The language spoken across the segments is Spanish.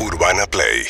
Urbana Play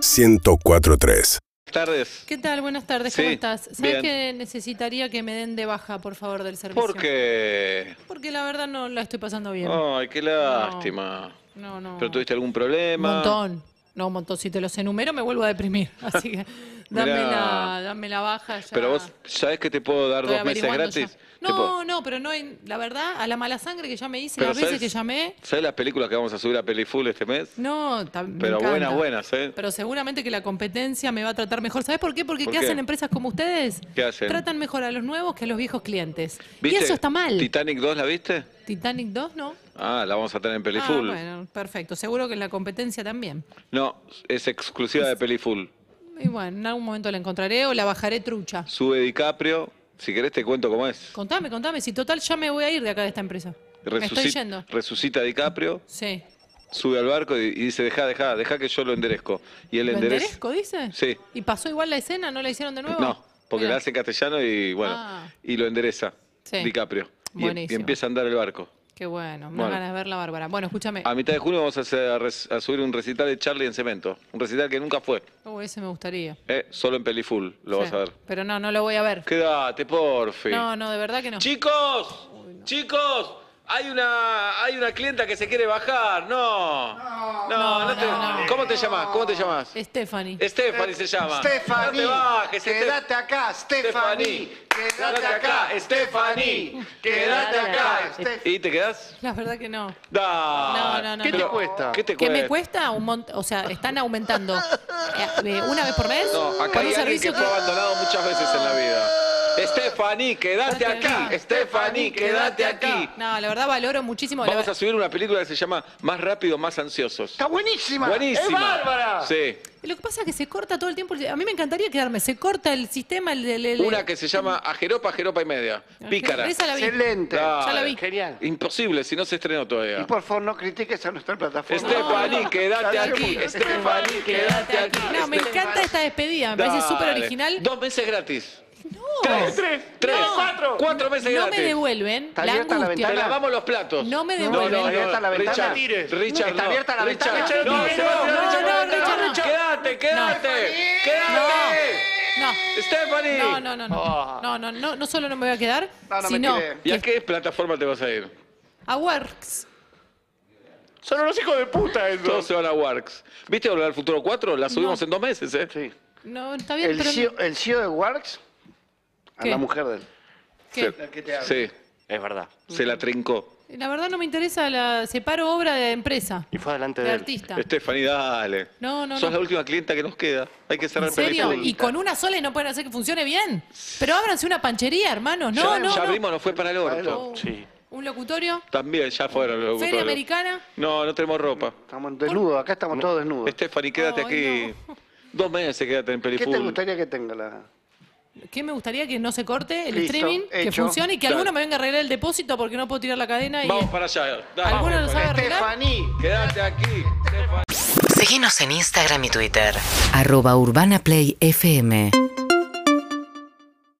104.3 tardes. ¿Qué tal? Buenas tardes, ¿cómo Sí, estás? bien. ¿Sabes que necesitaría que me den de baja, por favor, del servicio? ¿Por qué? Porque la verdad no la estoy pasando bien. Ay, qué lástima. No, no. ¿Pero tuviste algún un problema? montón. No, un montón. Si te los enumero me vuelvo a deprimir. Así que dame, Mirá. la, dame la baja ya. Pero vos sabés que te puedo dar Estoy dos meses averiguando gratis. ya. Te puedo- No, no, pero no hay, la verdad, a la mala sangre que ya me hice, Pero las veces ¿sabes? que llamé, ¿Sabés las películas que vamos a subir a Pelifull este mes? no, ta- me Pero encanta. buenas, buenas, ¿eh? Pero seguramente que la competencia me va a tratar mejor. ¿Sabes por qué? Porque ¿Por ¿qué, qué? hacen empresas como ustedes? ¿Qué hacen? Tratan mejor a los nuevos que a los viejos clientes. ¿Viste? Y eso está mal. ¿Titanic 2 la viste? Titanic 2, ¿no? Ah, la vamos a tener en Ah, Pelifull. bueno, perfecto. Seguro que en la competencia también. No, es exclusiva de Pelifull. Y bueno, en algún momento la encontraré o la bajaré trucha. Sube DiCaprio. Si querés te cuento cómo es. Contame, contame. Si total ya me voy a ir de acá de esta empresa. me estoy Resucit- yendo. Resucita DiCaprio, Sí. sube al barco y, y dice, deja, deja, deja que yo lo enderezco. Y él ¿Lo endereza. enderezco, dice? Sí. ¿Y pasó igual la escena? ¿No la hicieron de nuevo? No, porque Mirá. la hace en castellano y bueno, Ah. y lo endereza Sí. DiCaprio. Y- Y, Buenísimo. empieza a andar el barco. Qué bueno. Me Bueno. van ganas de verla, Bárbara. Bueno, escúchame. A mitad de junio vamos a, hacer- a res- a subir un recital de Charlie en cemento. Un recital que nunca fue. Oh, ese me gustaría. ¿eh? Solo en Pelifull lo Sí. vas a ver. Pero no, no lo voy a ver. Quédate, porfi. No, no, de verdad que no. Chicos, chicos, hay una, hay una clienta que se quiere bajar. No, no, no, no, te- no, no. ¿Cómo te llamas? ¿Cómo te llamas? Stephanie. Stephanie se llama. Stephanie, No te bajes, quédate acá, Stephanie, quédate acá, Stephanie, quédate acá, Steph- Stephanie. ¿Y te quedás? La verdad que no. Da. No, no, no. ¿Qué te Pero- cuesta? ¿Qué te que cuesta? me cuesta un montón, o sea, están aumentando eh, eh, una vez por mes No, acá hay con un alguien que servicio fue abandonado muchas veces en la vida. Stephanie, quédate Quédate acá. acá. Stephanie, quédate aquí. No, la verdad valoro muchísimo. la Vamos ver- a subir una película que se llama Más rápido, más ansiosos. Está buenísima, es Buenísima. bárbara. Sí. Lo que pasa es que se corta todo el tiempo. A mí me encantaría quedarme. Se corta el sistema. El, el- el- Una que se llama Ajeropa, Ajeropa y media. Pícara. Esa la vi. Excelente. Dale. Ya la vi. Genial. Imposible, si no se estrenó Y todavía. por favor no critiques a nuestra plataforma. Stephanie, quédate Dale, aquí. Stephanie, Stephanie, quédate aquí. No, me encanta esta despedida. Me parece Dale. súper original. Dos meses gratis. No. Tres, tres, tres, No. cuatro. Cuatro meses No gratis. me devuelven Está la abierta la angustia. Te ventana. lavamos los platos. No me No, devuelven. no, ¿Está abierta la no. ventana? Richard, Tires. Richard, ¿Está no. abierta la Richard, ventana? Richard, No, no, se va a no, abrir la no, ventana. Richard, no. Richard, Quédate, quédate. Quédate. No. Stephanie. No, no, no, no. No, no, no, no solo no me voy a quedar, Ah. No, no me sino tiré. ¿Y a qué plataforma te vas a ir? a Works. Son unos hijos de puta Todos esos. se van a Works. ¿Viste Volver al Futuro 4? La subimos No. en dos meses, ¿eh? Sí. No, está bien, El pero CEO, el CEO de Works a ¿Qué? la mujer de él. ¿qué? Sí, Es verdad. se la trincó. la verdad no me interesa la separo obra de empresa, Y fue Este, delante de de él. artista. Stephanie, dale. No, no, Sos no. la última clienta que nos queda. Hay que cerrar ¿En serio? película. ¿Y con una sola y no pueden hacer que funcione bien? Pero ábranse una panchería, hermano. No, ya, no, ya no. abrimos, no fue para el orto. Oh. ¿Un locutorio? También, ya fueron los ¿Feria locutores. americana? No, no tenemos ropa. Estamos desnudos, acá estamos todos desnudos. Stephanie, quédate Ay, aquí. Dos meses quédate en ¿Qué Pelifull. te gustaría que tenga la...? ¿Qué me gustaría que no se corte el Listo, streaming? Que hecho. funcione y que Dale. alguno me venga a arreglar el depósito porque no puedo tirar la cadena y... Vamos para allá. Dale. ¿Alguno lo sabe arreglar? Stephanie. Quédate aquí. Stephanie. Síguenos en Instagram y Twitter. Arroba Urbana Play FM